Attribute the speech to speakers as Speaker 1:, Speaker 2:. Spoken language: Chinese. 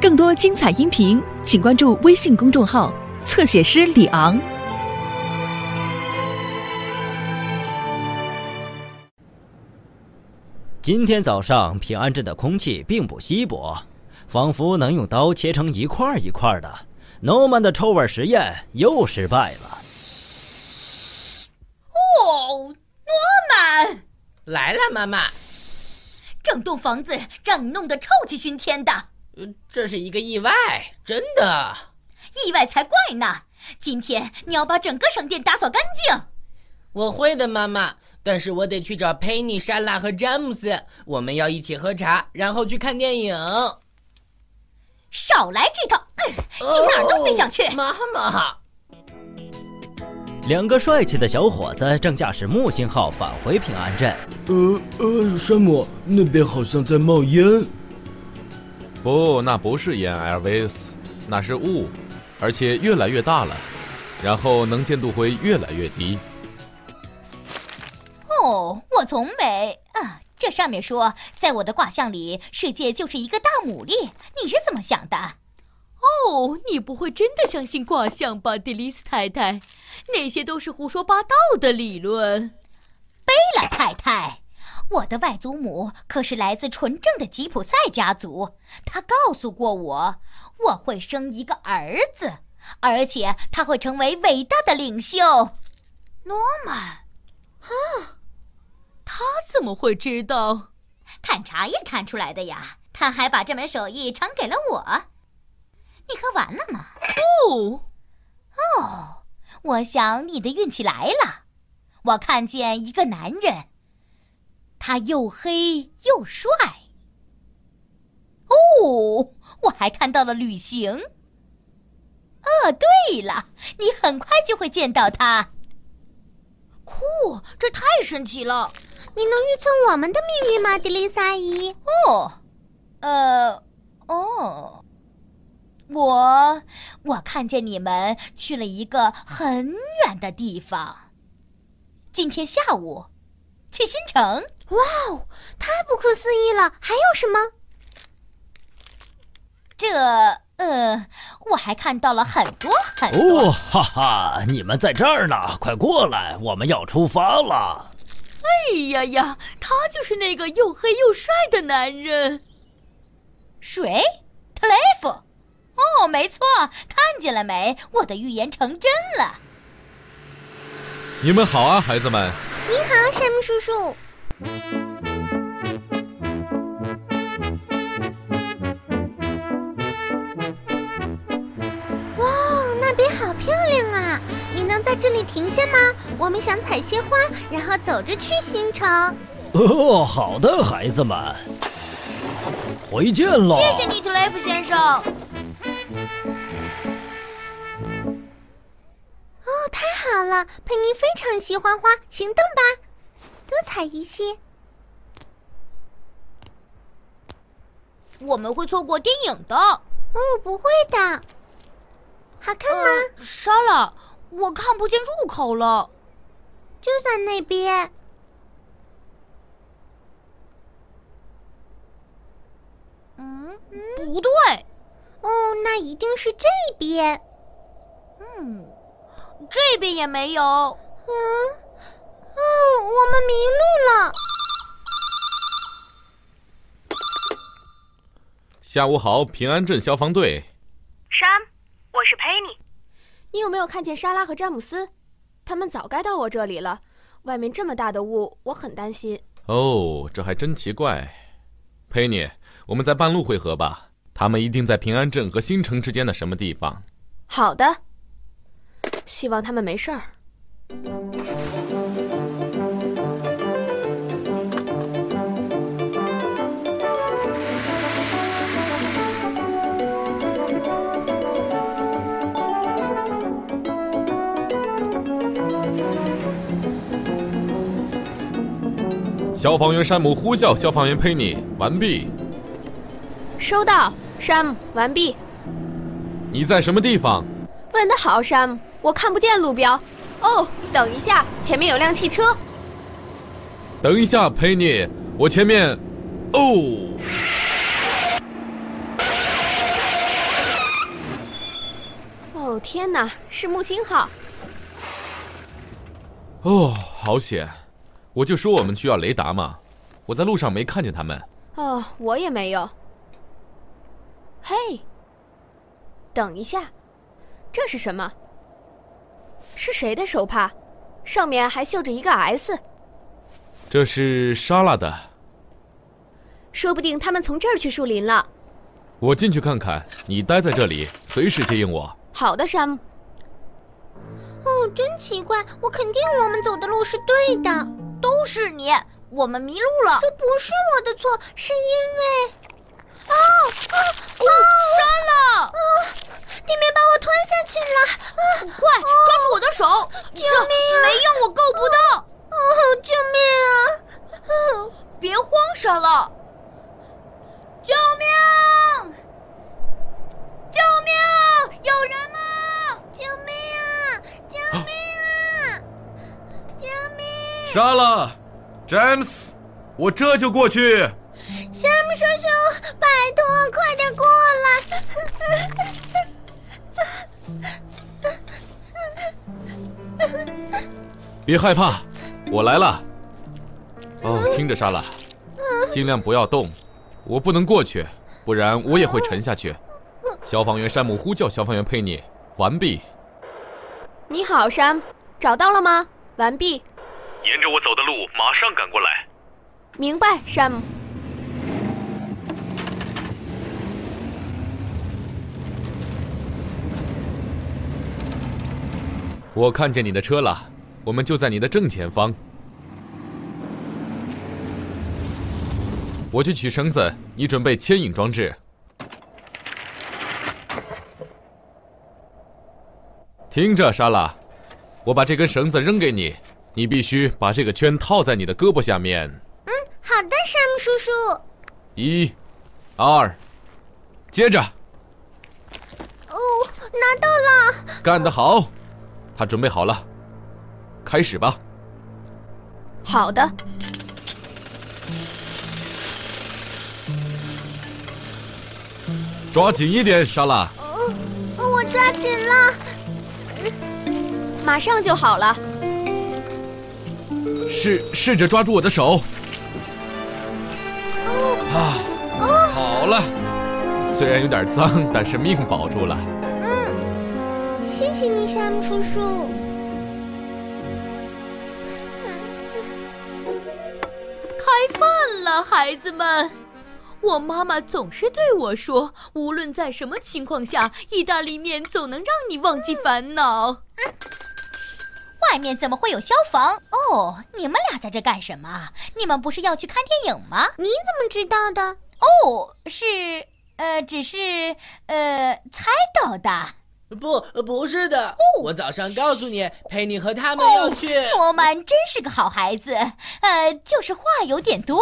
Speaker 1: 更多精彩音频，请关注微信公众号“侧写师李昂
Speaker 2: 今天早上，平安镇的空气并不稀薄，仿佛能用刀切成一块儿一块儿的。Norman 的臭味实验又失败了。
Speaker 3: 哦，诺曼，
Speaker 4: 来了，妈妈，
Speaker 3: 整栋房子让你弄得臭气熏天的，
Speaker 4: 呃这是一个意外，真的。
Speaker 3: 意外才怪呢！今天你要把整个商店打扫干净。
Speaker 4: 我会的，妈妈。但是我得去找佩妮、莎拉和詹姆斯，我们要一起喝茶，然后去看电影。
Speaker 3: 少来这套！嗯你哪儿都别想去
Speaker 4: 哦妈妈。
Speaker 2: 两个帅气的小伙子正驾驶木星号返回平安镇。
Speaker 5: 呃呃，山姆那边好像在冒烟。
Speaker 6: 不，那不是烟，Elvis，那是雾，而且越来越大了，然后能见度会越来越低。
Speaker 3: 哦，我从没啊。这上面说，在我的卦象里，世界就是一个大牡蛎。你是怎么想的？
Speaker 7: 哦，你不会真的相信卦象吧，迪丽斯太太？那些都是胡说八道的理论。
Speaker 3: 贝拉太太，我的外祖母可是来自纯正的吉普赛家族。她告诉过我，我会生一个儿子，而且他会成为伟大的领袖。诺曼，
Speaker 7: 他怎么会知道？
Speaker 3: 看茶叶看出来的呀，他还把这门手艺传给了我。你喝完了吗？哦
Speaker 7: 哦，
Speaker 3: 我想你的运气来了。我看见一个男人，他又黑又帅。哦，我还看到了旅行。哦，对了，你很快就会见到他。酷，这太神奇了！
Speaker 8: 你能预测我们的命运吗，迪丽莎阿姨？
Speaker 3: 哦，呃，哦，我我看见你们去了一个很远的地方。今天下午去新城，
Speaker 8: 太不可思议了！还有什么？
Speaker 3: 这呃，我还看到了很多很多。
Speaker 2: 哦，哈哈，你们在这儿呢，快过来，我们要出发了。
Speaker 7: 哎呀呀，他就是那个又黑又帅的男人。
Speaker 3: 谁？特雷弗。哦，没错，看见了没？我的预言成真了。
Speaker 6: 你们好啊，孩子们，
Speaker 8: 你好，啊山姆叔叔。哇，那边好漂亮啊！你能在这里停下吗？我们想采些花，然后走着去新城。
Speaker 2: 哦，好的，孩子们，回见喽。
Speaker 3: 你，特雷弗先生。
Speaker 8: 哦，太好了，佩妮非常喜欢花，行动吧，多采一些。哦
Speaker 3: 我们会错过电影的。
Speaker 8: 哦，不会的，好看吗？
Speaker 3: 莎拉，呃我看不见入口了。
Speaker 8: 就在那边。
Speaker 3: 嗯，不对，
Speaker 8: 哦，那一定是这边。
Speaker 3: 这边也没有。
Speaker 8: 嗯，哦，我们迷路了。
Speaker 6: 下午好，平安镇消防队。
Speaker 9: 山，我是佩妮。
Speaker 10: 你有没有看见莎拉和詹姆斯？他们早该到我这里了。外面这么大的雾，我很担心。
Speaker 6: 哦，这还真奇怪。佩妮，我们在半路汇合吧。他们一定在平安镇和新城之间的什么地方。
Speaker 10: 好的，希望他们没事儿。
Speaker 6: 消防员山姆呼叫消防员佩妮，完毕。
Speaker 10: 收到，山姆，完毕。
Speaker 6: 你在什么地方？
Speaker 10: 问得好，山姆，我看不见路标。哦，等一下，前面有辆汽车。
Speaker 6: 等一下，佩妮，我前面。哦，
Speaker 10: 哦天哪，是木星号！
Speaker 6: 哦，好险！我就说我们需要雷达嘛，我在路上没看见他们。
Speaker 10: 哦，我也没有。嘿，等一下，这是什么？是谁的手帕？上面还绣着一个 S。
Speaker 6: 这是莎拉的，
Speaker 10: 说不定他们从这儿去树林了。
Speaker 6: 我进去看看，你待在这里，随时接应我。
Speaker 10: 好的，山姆。
Speaker 8: 哦，真奇怪，我肯定我们走的路是对的。
Speaker 3: 都是你，我们迷路了。
Speaker 8: 这不是我的错，是因为……哦哦
Speaker 3: 哦！删了！
Speaker 8: 地面哦把我吞下去了！
Speaker 3: 快抓住我的手！
Speaker 8: 救命啊！
Speaker 3: 没用，我够不到。
Speaker 8: 哦，救命啊！
Speaker 3: 别慌，莎拉！救命！救命！有人吗？
Speaker 8: 救命啊！救命啊！救命！
Speaker 6: 莎拉，James，我这就过去。
Speaker 8: 山姆叔叔，拜托，快点过来！
Speaker 6: 别害怕，我来了。哦，听着，莎拉，尽量不要动，我不能过去，不然我也会沉下去。消防员山姆呼叫消防员佩妮。完毕。
Speaker 10: 你好，山，找到了吗？完毕。
Speaker 11: 沿着我走的路，马上赶过来。
Speaker 10: 明白，山姆。
Speaker 6: 我看见你的车了，我们就在你的正前方。我去取绳子，你准备牵引装置。听着，莎拉，我把这根绳子扔给你，你必须把这个圈套在你的胳膊下面。
Speaker 8: 嗯，好的，山姆叔叔。
Speaker 6: 一、二，接着。
Speaker 8: 哦，拿到了！
Speaker 6: 干得好，他准备好了，开始吧。
Speaker 10: 好的。
Speaker 6: 抓紧一点，莎拉。
Speaker 8: 哦，我抓紧了。
Speaker 10: 马上就好了。
Speaker 6: 试试着抓住我的手。啊，好了，虽然有点脏，但是命保住了。
Speaker 8: 嗯，谢谢你，山姆叔叔。
Speaker 7: 开饭了，孩子们。我妈妈总是对我说，无论在什么情况下，意大利面总能让你忘记烦恼。嗯、
Speaker 3: 外面怎么会有消防？哦，你们俩在这干什么？你们不是要去看电影吗？
Speaker 8: 你怎么知道的？
Speaker 3: 哦，是，呃，只是，呃，猜到的。
Speaker 4: 不，不是的。哦、我早上告诉你，陪你和他们要去。
Speaker 3: 诺曼、哦、真是个好孩子，呃，就是话有点多。